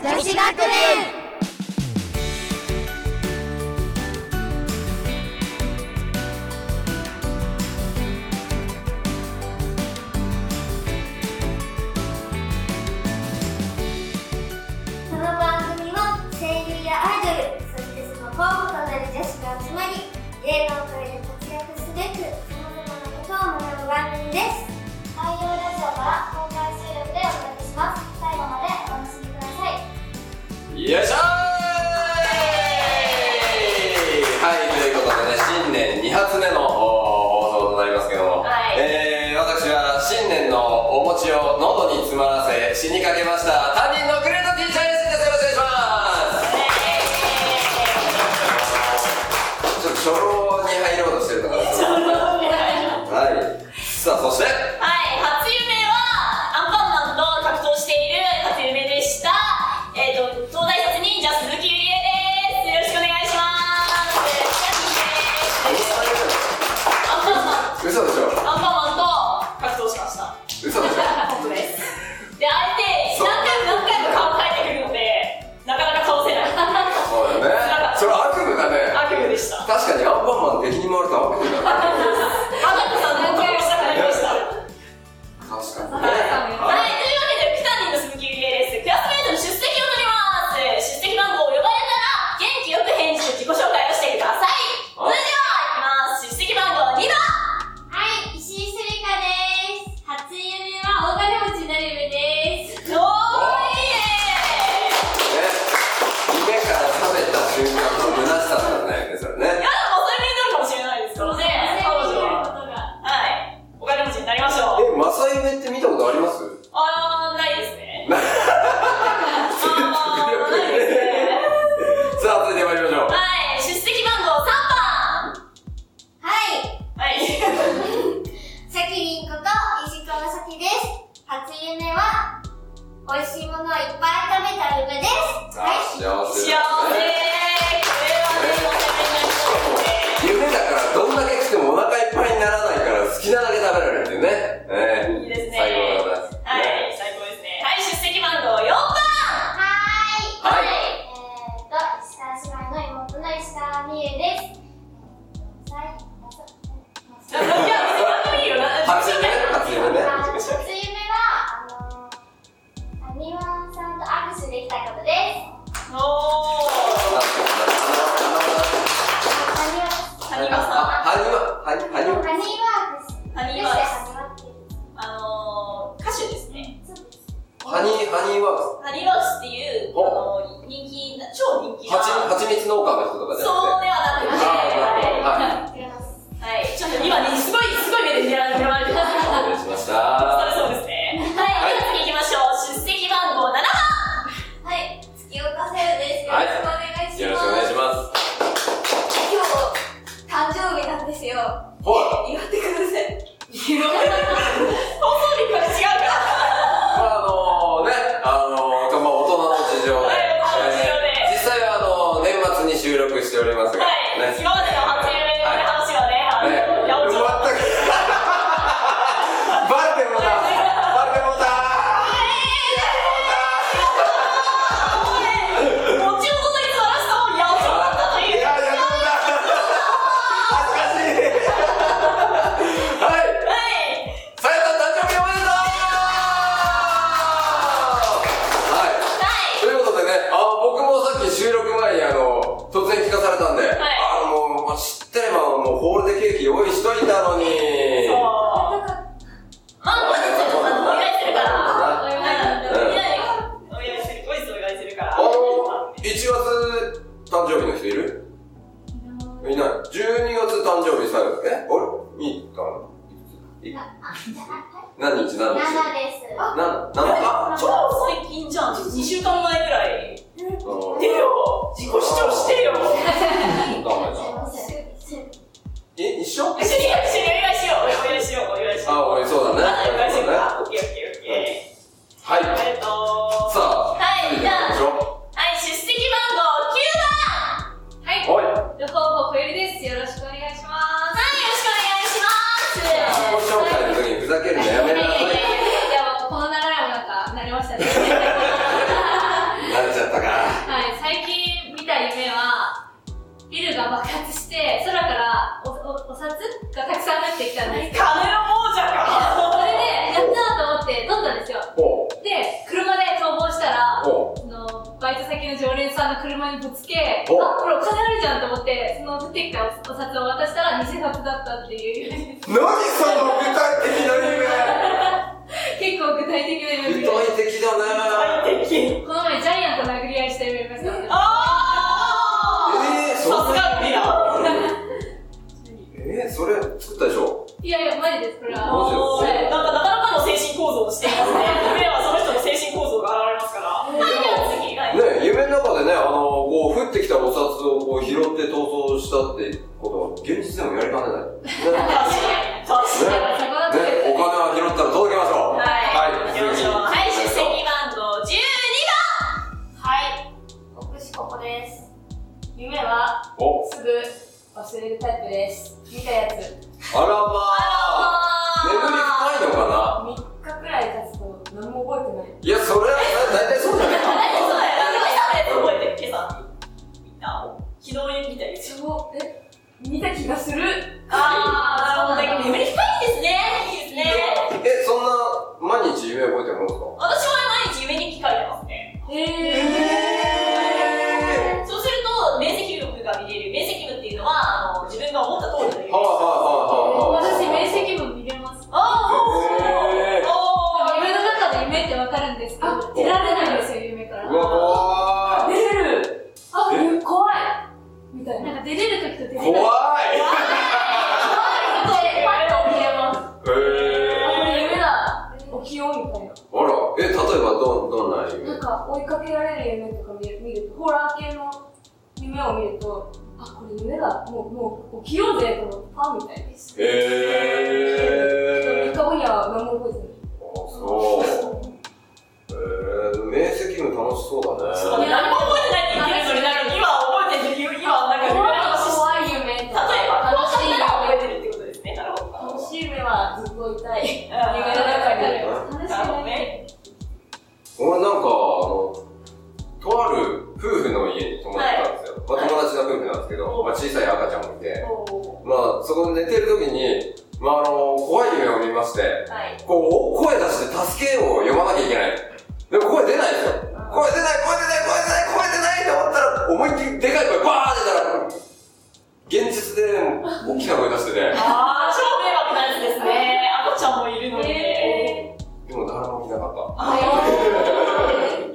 女子学園この番組は声優やアイドルそしてその候補となる女子が集まり映画を超えて活躍すべくさまざまなことを学ぶ番組です太陽ラジオから公開収録でお届けします最後までお楽しみくださいよいしょーはい、ということでね、新年2発目のおー放送となりますけども、はいえー、私は新年のお餅を喉に詰まらせ、死にかけました、担任のクレートティーチャーです。よろしくお願いします。ちょっと初老に入ろうとしてるのかな。はい。さあ、そして、はい、初夢はアンパンマンと格闘している初夢でした。えっ、と東大卒忍者鈴木ゆりえです。よろしくお願いします。アンパンマン、嘘でしょアンパンマンと格闘しました。嘘でしょ本当です。で、相手何回も何回も顔を変えてくるので、なかなか倒せ ない。そうだよね。それ悪夢だね。悪夢でした。確かにアンパンマン敵に回ると悪夢だね。花子さん何回もしたくなりました。確かにねはい、というわけで、ピタリンの鈴木ゆりえです。クラスメイトの出席を取ります。出席番号を呼ばれたら、元気よく返事で自己紹介をしてください。それでは、いきます。出席番号2番。はい石井すみかです初夢は大金持ちになる夢ですどーいえね夢から覚めた瞬間の虚しさなんだよねそれねいや、もうそれになるかもしれないですからね、彼女は。はい。お金持ちになりましょう。えマサ夢って見たことありますあー、ないですね。なあー、ないですね。さあ続いて参りましょうはい、出席番号3番。はいはい。さきりんこと石川さきです初夢は美味しいものをいっぱい食べた夢ですあはい幸せだ幸せこれはね、もうお金になりそうですね。夢だからどんだけ食ってもお腹いっぱいにならないから好きなだけ食べられるっていうねねいいですね。最高でございますはい、最高ですね。はい、出席番号4番。はーい。えーはいと、石川姉妹の妹の石川美優です。最いや、番組いいよな。初夢ね初夢ねあの初夢は、あのー、アニワンさんと握手できたことです。おー。アニワン、谷川さハニワハニアニハニワークス。ん。谷よし、川さん。始まってる。あのー、歌手ですね。そうです。ハニハニワーク谷川スっていう、あのー、人気な、超人気スな。はちみつ農家の人とかじゃなそうではな違くて、はいます。い。はい。ちょっと今ね、すごい、すごい目で見られてます。くて失礼しましそたうですね。はい、では次行きましょう。出席番号7番。はい、月岡さよです。はいよろしくお願いします。よろしく今日、誕お願いします生日なんですよ。は祝ってください。放送日から違い、うか。まあ、あのね、あのまあ、大人の事情で、はい大人の事情でえー実際はあの年末に収録しておりますが、はい、今までの初夢のはい話はね、あねの、八百長。全くバレてもうたバレてもうたもうね、餅を外にさらした方に八百長だったいという。ややってもうた恥ずかしいはいはい、さやさん誕生日おめでとうはいはい、ということでね、あ僕もさっき収録前にあの、突然聞かされたんで、あの、もう知ってればもうホールでケーキ用意しといたのに。そう。まあ、こっち お願いするから。あお願い、お願いする、こいつお願いするから。あの、1月誕生日の人いるいない。12月誕生日さよ。えあれいいかない何日七何日です。な、7日超最近じゃん、2週間前ぐらい。うん出よ、自己主張してよ。え、一緒一緒に、一緒にお願いしよう、お願いしよう、お願いしよう。あ、おい、そうだね。お願いしようか。はオッケー、オッケー、オッケい。ー。ありがとう。さあ、はいじゃあ行きましょはい、出席番号9番はい、よろし旅行う。はい。く後冬です。よろしくお願いします。お自己紹介願いの時にしますふざけるのやめなさい。いや、この流れもなんか、なりましたね。慣れちゃったが車にぶつけ、あ、おこれお金あるじゃんと思って、その出てきたお札を渡したら偽札だったっていう、何その具体的な結構具体的な夢夢具見まし体的だね最た。適この前ジャイアンと殴り合いした夢見ました。あえー、ーそさすが海だえー、それ作ったでしょいやいや、マジです、これは。おーなんかなかなかの精神構造をしていますね。夢はその人の精神構造が現れますから。はい、では次、はい。ね夢の中でね、あのこう降ってきたお札をこう拾って逃走したってことは現実でもやりかねない。ね確かに。確かに。そこだとね、お金は拾ったら届けましょう。はい、行きましょう。はい、出次席番号12番はい、奥志ここです。夢はお、すぐ忘れるタイプです。見たやつ。あらまあ。眠り深いのかな。 3日くらい経つと何も覚えてない。いや、それは大体そうじゃないか。大丈夫だよ。なんか覚えてる、今朝。みんな、昨日見たりして。超、え、見た気がする。あー、なるほど。眠り深いですね。いいですね。え、そんな毎日夢覚えてるもんですか私は毎日夢に聞かれてますね。ええそうすると、明晰夢が見れる。明晰夢っていうのは、あの自分が思った通りー、の夢。はいはいはいはいは私、い。明晰夢見れます。あー、おー、おー、夢の中で夢ってわかるんですけど、出られないんですよ、夢から。うわ、怖い。出れるあえ怖いみたいな。なんか出れる時と出れない時怖い。で、パッと見れます。えあ、これ夢だ。起きようみたいな。ー。あら、え、例えばどん、どんななん夢か追いかけられる夢とか見る見ると、ホラー系の夢を見ると、あ、これ夢だ。もう、もう起きようぜと思って、パンみたいです。3え日ー。後には何も覚えてない。あ、そう。えー、明晰夢楽しそうだね。そうだね、何も覚えてないって言ってるのに、なんか今は覚えてる、今はなんか夢の話して怖い夢例えば、楽しい夢を覚えてるってことですね。なるほど。楽しい夢はずっと痛い。夢の中にる。なるほどね。俺なんか、あの、とある夫婦の家に泊まったんですよ。はいまあ友達の夫婦なんですけど、まあ小さい赤ちゃんもいて、おまあそこで寝てる時に、まああの、怖い夢を見まして、ーはい。こう、声出して助けを呼ばなきゃいけない。でも声出ないんですよ。声出ない、声出ない、声出ない、声出ないって思ったら、思いっきりでかい声バーって出たら、現実で大きな声出してて、あー、超迷惑なやつですね。赤ちゃんもいるのに。えでも誰も来なかっあ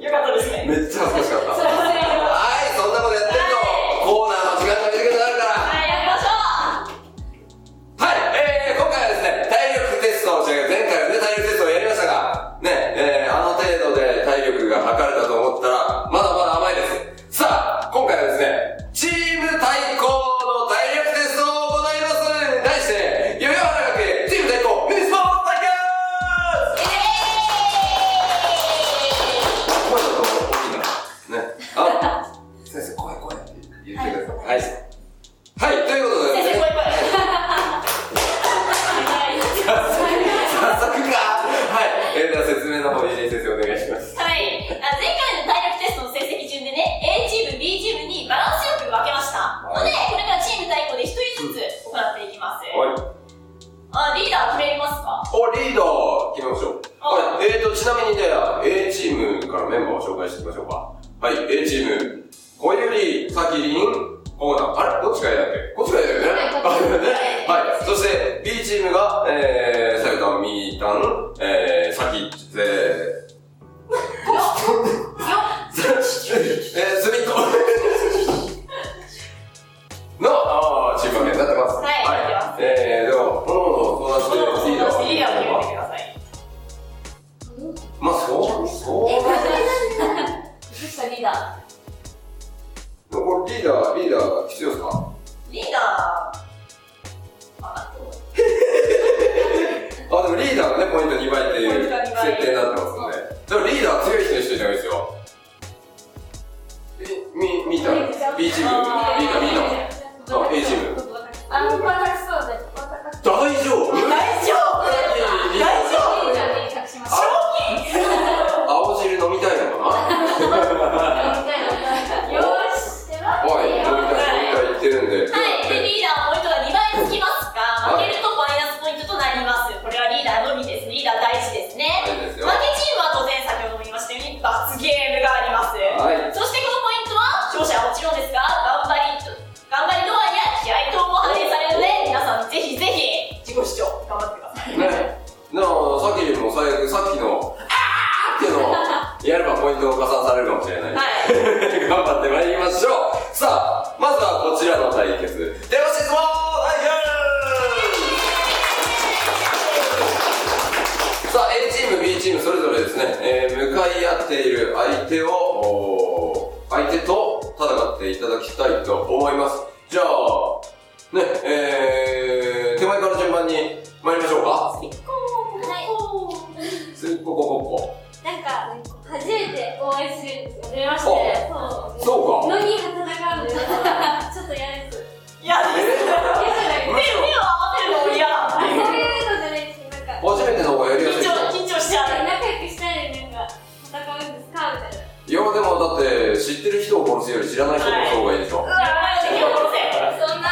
ー、よかったですた。ね。めっちゃ恥ずかしかっー、た。それははい、そんなことやってると、コーナーの時間が短くなるから。はい、やりましょはい、えー、今回はですね、体力テストを、違う、前回はね、体力テストをやりましたが、ね、えー、あの程度で体力が測れたと思ったら、まだまだ甘いです。さあ、今回はですね、チーム対抗の体力テストを行いますので、題して、夢原学園チーム対抗ミニスポーツ対う決声だとイ大きいな。ね。あ、先生、声声って言ってください。はい。はい、ということエーで、イ先生、声声。早速かはい、えー、では説明の方、ゆり先生お願いします。はい、あ前回の体力テストの成績順でね A チーム B チームにバランスよく分けましたのでこれからチーム対抗で1人ずつ行っていきます、はい。あリーダー決めれますかお、リーダー決めましょう。あはい。えーと、ちなみにね、A チームからメンバーを紹介していきましょうか。はい、A チーム、小ゆり、さきりん、こうな。あれどっちからやだっけこっちからやだよね。はい。そして、B チームが、えー、さゆたん、みーたん、えー、さき、えー、 えー、すみっこ。 の、あーチーム分けになってます。はいはい。えー、では、このこの相談して、リーダーをリーダーを決めてくださいまあそう、そうなんだ。そしたリーダこれリーダー、リーダー必要ですかリーダーあどあ、うでもリーダーがね、ポイント2倍っていうポイント2倍設定になってますんで。でもリーダー強い人にしてじゃないですよ。み、み、みーたん、B チーム、あーみーたん、みーたん。あ、A チーム。ー。あの子は高そうで、高そう大丈夫大丈夫いいいい大丈夫じゃあ、検索しま賞す。金青汁飲みたいのかなよしおい、飲みたい、飲みたい言ってるんで。はい、でリーダーポイントが2倍つきますが負けるとマイナスポイントとなりますこれはリーダーのみですリーダー大事ですね大事です負けチーよムは当然先ほども言いましたように罰ゲームがありはいます、そしてこのポイントは少最悪、さっきの、あーっていうのを、やればポイントを加算されるかもしれない。はい。 頑張ってまいりましょうさあまずはこちらの対決では質問対決さあ A チーム B チームそれぞれですね、えー向かい合っている相手をおー相手と戦っていただきたいと思いますじゃあねえー、手前から順番に参りましょうかすっこここなんか、初めてお会いするんですよ。出ましたね。そうこそうかのに働かんで、ちょっと嫌です。いや、え嫌じーゃない目を合わせるのも嫌だ。そういうのじゃないです。なんか、初めての方がやり緊やすい張、緊張しちゃう。仲良くしたいで、なんか、戦うんですかみたいな。いやでもだって知ってる人を殺すより知らない人を殺した方がいいでしょ、やばい、敵を殺そせ。んな、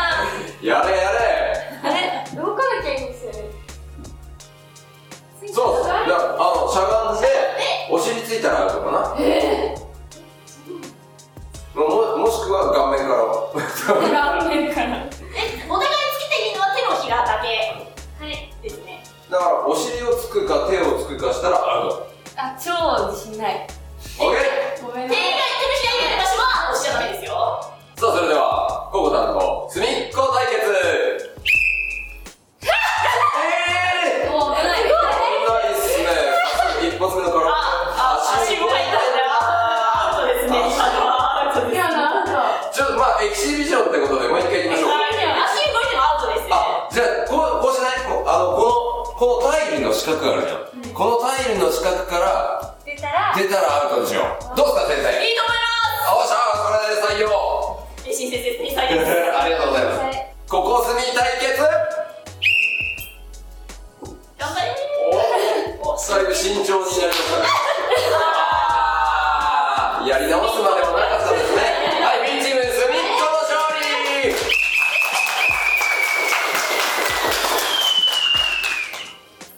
やれやれあれ、動かなきゃいいんですよね。そうだあのしゃがんでお尻ついたらアウトかなももしくは顔面から顔面から。はい。え、お互いつけていいのは手のひらだけですね。だからお尻をつくか手をつくかしたらアウトあ、超自信ない。 OK ごめんな手が手のさい。ひらにいる場所は押しちゃダメですよ。さあそれではココタンとすみっこ対決えーもう危ない。危ないっすね一発目のからあ、足動いたんだ。アウトですね。アウトです。今のあなた。ちょっとまあエキシビジョンってことでもう一回いきましょう足動いてもアウトですね。あ、じゃあ、こう、こうしないこうあの、この、このタイルの四角があるじゃん。このタイルの四角から出たら、出たらアウトでしょ。どうすか、先生。いいと思いまあおっしゃそれで採用。す。新先生、天才です。ありがとうございます。 ここ住み対決頑張れ。お最後慎重になりましたね。あーやり直すまでもなかったですね。はい、B チームすみっこの勝利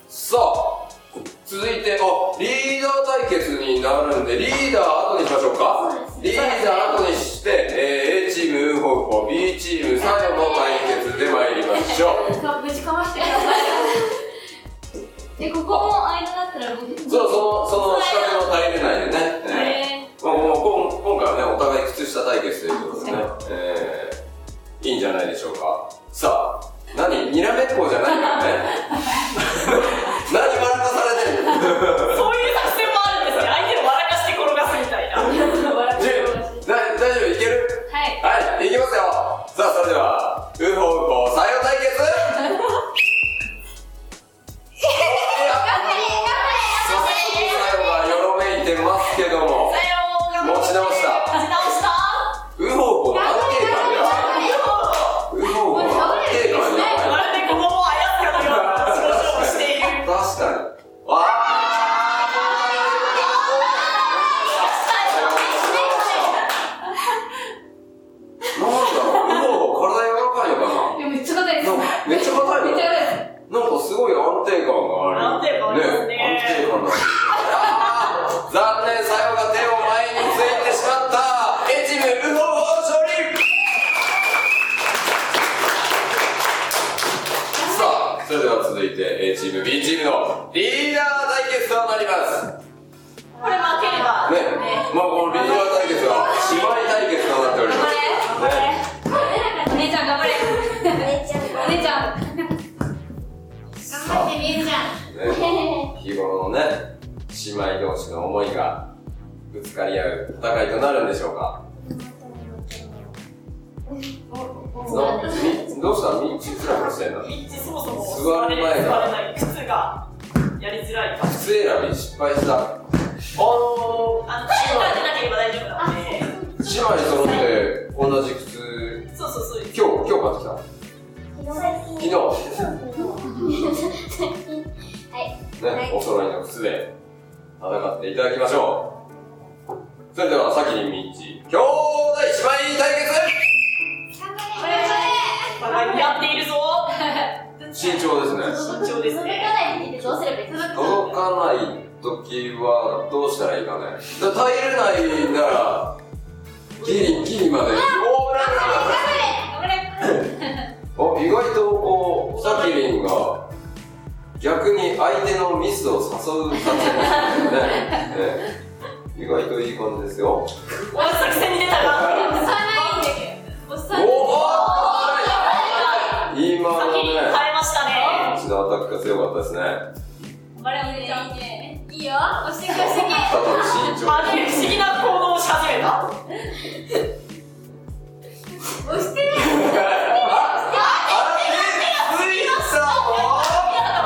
さあ、続いて、お、リーダー対決になるんで、リーダー後にしましょうか。リーダー後にして、えー A チーム、ウンホフホ、B チーム、サヨの対決で参りましょう。さぶちかましてください。え、ここも間だったら僕そう、その、その資格の耐えれないでね。ねえまあもうこん今回はね、お互い靴下対決ということでね、えー、いいんじゃないでしょうか。さあ、何にらめっこじゃないから ね。何笑かされてんの そういう作戦もあるんですね。相手を笑かして転がすみたいな。ー、笑ってるじゅだ大丈夫いけるはい。はい、いきますよさあ、それでは、ウホウホ採用対決頑張れ、佐々木頑張れ、頑張れ。さんがよろめいてますけども、さようが持ち直した持ち直した。ウホウホの安定感やばいウホウホの安定感やばい。まるでここを操るような表情をしている。確かに。わーなんだろう、ウホウホ体柔らかいのかいや、めっちゃ硬いです。ななんかめっちゃ硬いのめっちゃ硬いです。なんかすごい安定感がある。安定感ありますね安定感だ。残念、最後が手を前についてしまった。エチム、ウホウホ勝利さあ、それでは続いて A チーム、B チームのリーダー対決となります。これ負ければねね、まあこのリーダー対決は縛り対決となっております。お姉ちゃん頑張れ。お姉ちゃん。さってみゆちゃあね、日頃のね、姉妹同士の思いがぶつかり合う戦いとなるんでしょうか。なみどうしたみちつらくしてんの一致そもそも座る前が座れない靴がやりづらいか。靴選び失敗した。あのあの、チームが出なければ大丈夫なので、姉妹揃って同じ靴、そうそうそう。今日、今日買ってきた。昨日、ね、お揃いの靴で戦っていただきましょう。それでは先にみち、兄弟姉妹対決お互いにやっているぞ。慎重ですね慎重ですね。どうすればいい届届かない時はどうしたらいいかねだから耐えれないならギリギリまでおーなんかあ意外とこうさきりんが逆に相手の道ミスを誘う感じですねね。意外といい感じですよ。おーお作戦に出たが押さないんだけど。押さない。あー今の先にね、変えましたねうちのアタックが強かったですね。我々ちゃんね。いいよ。押してく押してけ。再び慎重ある不思議な行動をし始めた押してる。ああれついさ見えなかったこと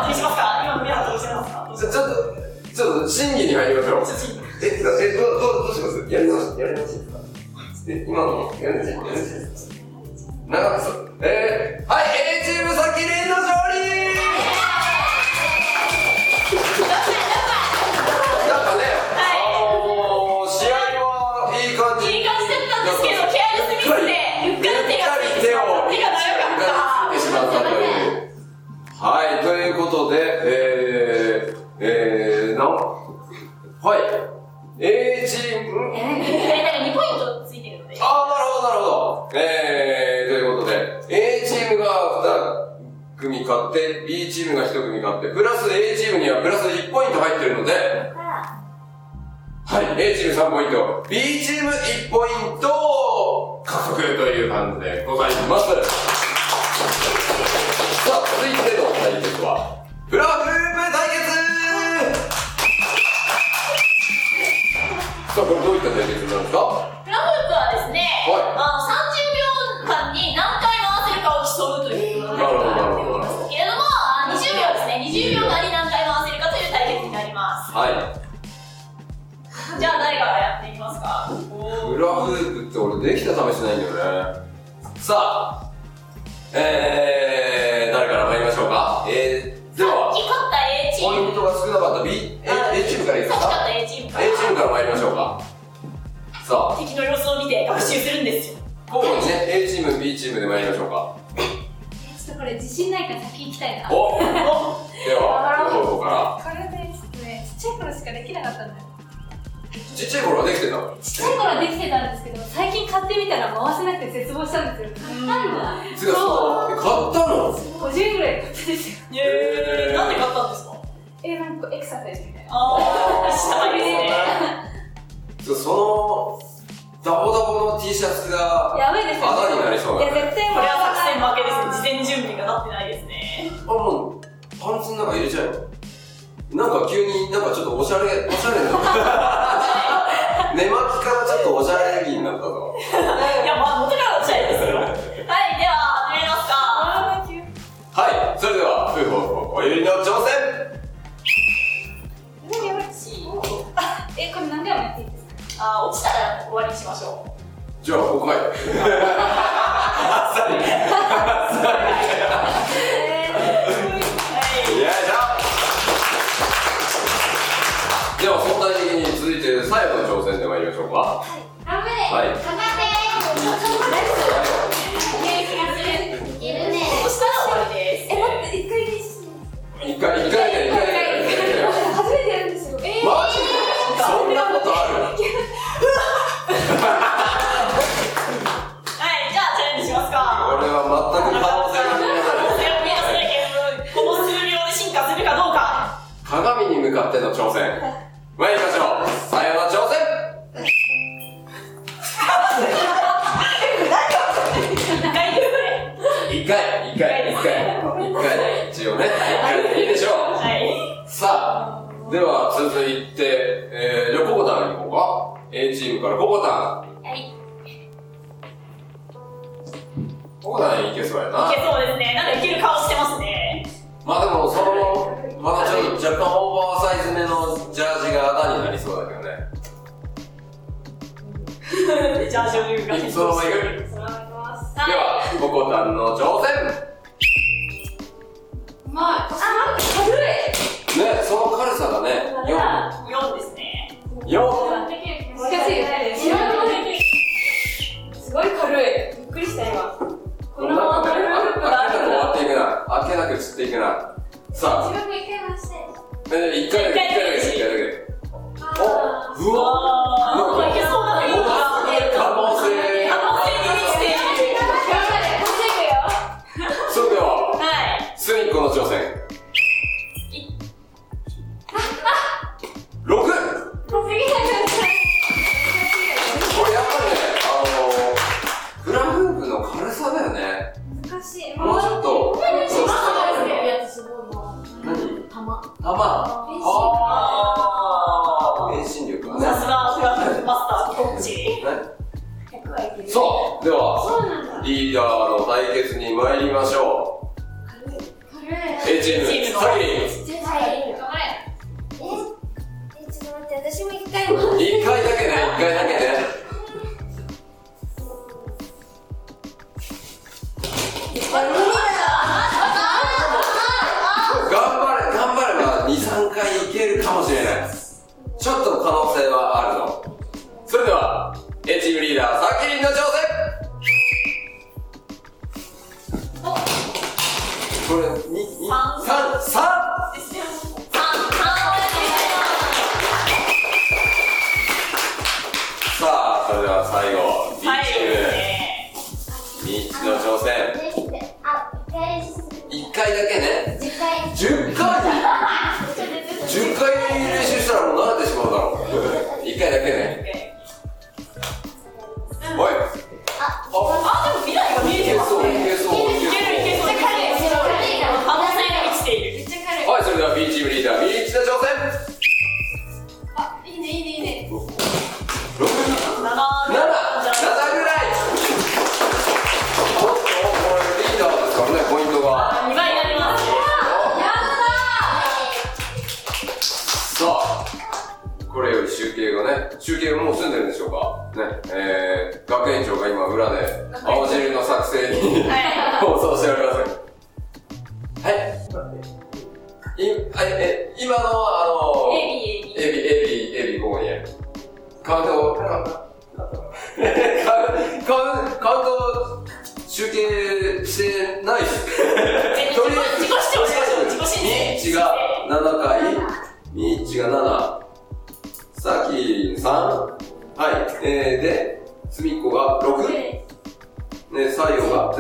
にしますか今の見えなかったことにしてますかどうしちょちょっと、ちょっと審議に入りましょう。ますかえ、え、どう、どう、どうしますやり直し、やり直しですかえ、今の、やり直し、やり直しですか長くそう。えー、はい、A チーム先連の勝利なんかね、あのー、試合はいい感じ。いい感じだったんですけどケアレスミスでうっかり手がついてしまった手が長かったしまったという。はい、ということで、えー、えー、なお、はい、A チーム、えなんか2ポイントついてるのでああ、なるほど、なるほど。えー、ということで、A チームが2組買って、B チームが1組買って、プラス A チームにはプラス1ポイント入ってるので、からはい、A チーム3ポイント、B チーム1ポイントを獲得という感じでございます。さあ、続いての対決は、フラフープ対決さあ、これどういった対決になるんですかフラフープはですね、まあ、30秒間に何回回せるかを競うということになっておりますけれどもあ20秒ですね20秒間に何回回せるかという対決になりますはい。じゃあ誰からやっていきますかおーフラフープって俺できた試しないんだよねさあえー、誰から参りましょうかえー、では勝った A チポイームントが少なかった B え A チームからいいです勝っかた A チーム A チームから参りましょうかさあ敵の様子を見て学習するんですよ交互にね A チーム B チームで参りましょうかちょっとこれ自信ないから先行きたいな。こおでは両方かられね、ちょっとね、ちっちゃい頃しかできなかったんだよ。ちっちゃい頃はできてたのちっちゃい頃はできてたんですけど、最近買ってみたら回せなくて絶望したんですよ。なんだ。つうかそう買ったの50円ぐらい買ったんですよ。えー、なんで買ったんですかえ、なんかエクササイズみたいな。ああ、下下着着でですすねね。つうかそのダボダボの T シャツがやばいですよ。穴になりそうだねいや、絶対これは作戦負けねですね。事前準備がなってないですね。あ、もう、パンツの中入れちゃえよ。なんか急になんかちょっとおしゃれ、おしゃれにな った。寝巻きからちょっとおしゃれ着になったぞ。いや、まあ、元から落ちないですよ。はい、では、始めますか。あー急はい、それでは、夫婦おおゆりの挑戦うんやばいしあえ、これ何回もやっていいですかあー、落ちたら終わりにしましょう。じゃあ、ここまで。あっさり。よいしはい。ょでは、相対的に続いて最後の挑戦で参りましょうか。は頑張れはい頑張っていけるね落ちたら終わりです。え、待って、一回練習しい。一回、一回で、一回で、一回で。初めてやるんですよ。えーマジでそんなことあるはい、じゃあ、チャレンジしますか。俺は全く可能性が見えない。この数秒で進化するかどうか。鏡に向かっての挑戦参りましょうさようなら挑戦一回ですね。一回一回一回一回一応ね一回でいいでしょうはい。さあでは続いて、えー、じゃあコボタンに行こうか A チームからコボタンはいコボタンいけそうやいなけそうですね。なんかいける顔してますね。まあでもそのまだちょっと若干オーバーサイズめのジャージがあだになりそうだけどねジャージを脱ぐ感じ。そのままいくお願いしますではコボタンの挑戦うまいあ、待って、軽いねその軽さがね4四ですね。し4かし、知らすごい軽い。びっくりした、今。このまま軽いループがあ開けなく終わるっていくな。開けなく散っていくな。さあ、自分も一回回してえー、一回だけ、一回だけ、一回だけ。おうわあーなんかいけそうな雰囲気が出るか可も。能性可能性に満ちている。それでは、はい。 隅っこの挑戦。いリーダーの対決に参りましょう。A チーム、チーム先にのはい。頑張れえ、ちょっと待って、私も一回も。一回だけね、一回だけね。頑張れ、頑張れば2、3回いけるかもしれない。ちょっと可能性はあるの。それでは、A チームリーダー、さきりんの挑戦これ、2、2、3、3! さあ、それでは最後、B チーム、リーチの挑戦。あ、一回です。 1回だけね。十回。 10回 !10 回練習したらもう慣れてしまうだろう。1回だけね。おいあ、あいけそう、いけそう、いけそう。めっちゃ軽いはい、それでは B チームリーダー、ミリチの挑戦あいいねいいねいいね !6、7、7ぐらいおっと、これリーダーですからね、ポイントが。さあ、これより集計がね、集計はもう済んでるんでしょうかね、えー、学園長が今裏で青汁の作成に放送しております。はい。い、あえ、今のは、あのエビ、エビ、エビ、ここにある。カウント、カウント、カウント、カウント集計してないです。とりあえず、ミッチが7回、ミッチが7、さき3、はい、えー、で、すみっこが6、ね、最後が0、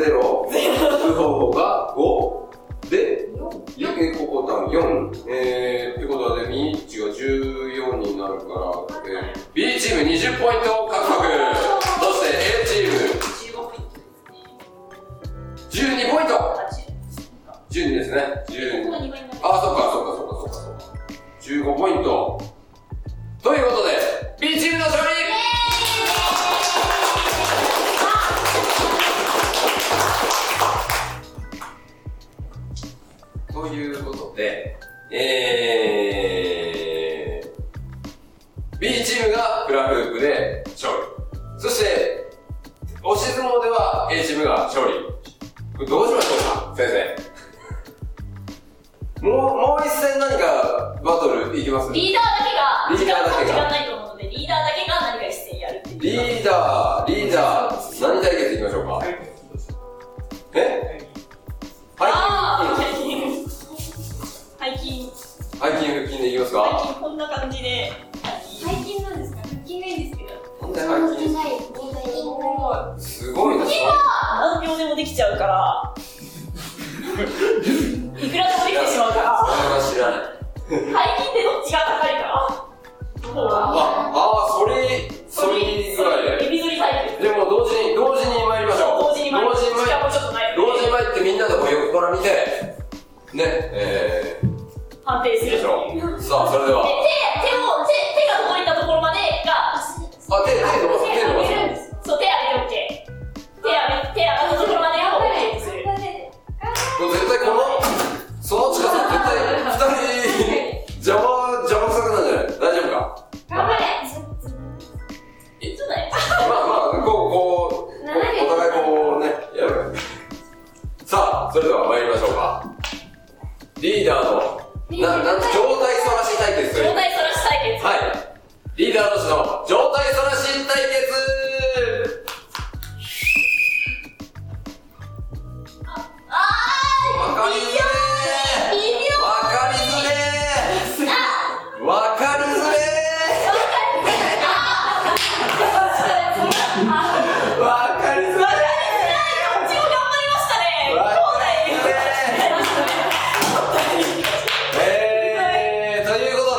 ふほほが5、で、ゆけここたん4、えー、ってことはで、ミッチが14になるから、えー、B チーム20ポイントを獲得そして A チーム12ポイント !12 ですね。12。あ、そっか、そっか、そっか、そっか、そっか。15ポイント。ということで、B チームの勝利ということで、えー、B チームがフラフープで勝利。そして、押し相撲では A チームが勝利。これどうしましょうか、先生。もう、もう一戦何かバトルいきますリーダーだけが時間時間ないと思うのでリーダーだけが何か一斉にやるっていうリーダー、リーダー、何対決いきましょうか。えああ背最近最近筋、背筋、腹筋でいきます最か近こんな感じで最最近なんですか腹筋がいいんですけどなんでそんな背少ない。本当に。お筋すごいな。何秒でもできちゃう からいくらでもできてしまうからそれは知らない。背筋ってどっちが高いかの方があ、あー、それ、それぐらいで。エビ反りタイプでも同時に、同時に参りましょう。同時に前同時に参時間もちょっとない同の時にで参ってみんなでこう横から見て、ね、えー、判定すいいでるしょというう。さあ、それでで手手を手手がは。届いたところまでがあ、手、手伸ばす、手伸ばす。そう手上げて OK 手上げ手上げたところまでが OK にするもう絶対この、その近さ絶対二人、邪魔、邪魔くさくなんじゃない大丈夫か頑張れちょっとねまあまあ、こう、こう、お互いこうね、やるさあ、それでは参りましょうか。リーダーの、な、なんて、状態そらし対決という状。態そらし対決はい。リーダー同士の状態そらし対決あわかりづれー微 妙ーわかりづれーわかりづれーわかりづれーこっちも頑張りましたねわかりづれー兄弟え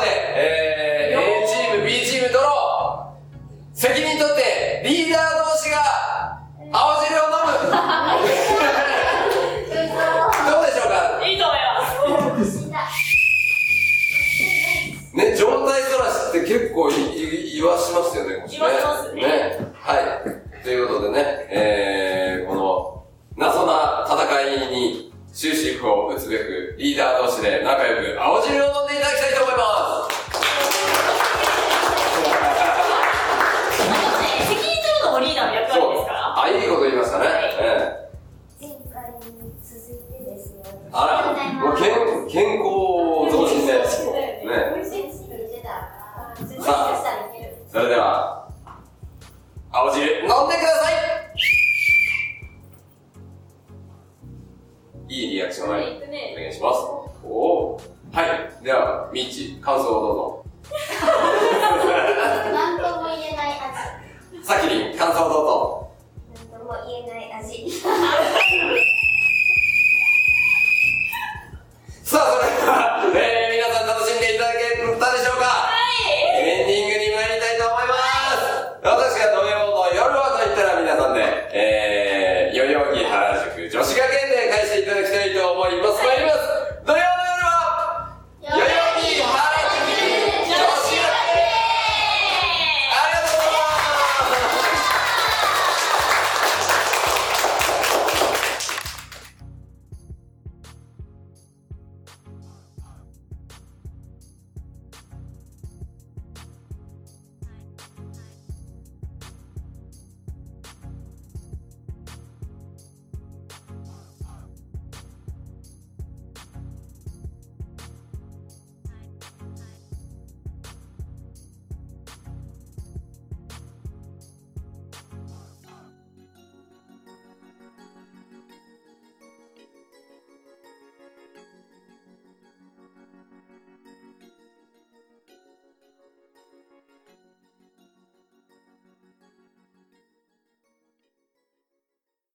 ましたね。ええ前回に続いてですね。あら、もう健健康増進で。ね。美味しいです出てた。全然さそれでは、青汁飲んでくださいいいリアクションをお願いくねいします。おおーはい。では、ミッチ、感想をどうぞ。なんとも言えない味。さきりん、感想をどうぞ。なんとも言えない味。さあ、それでは、えー、皆さん楽しんでいただけたでしょうかはいエンディングに参りたいと思います私が土曜の夜はと言ったら皆さんで、えー、代々木原宿女子学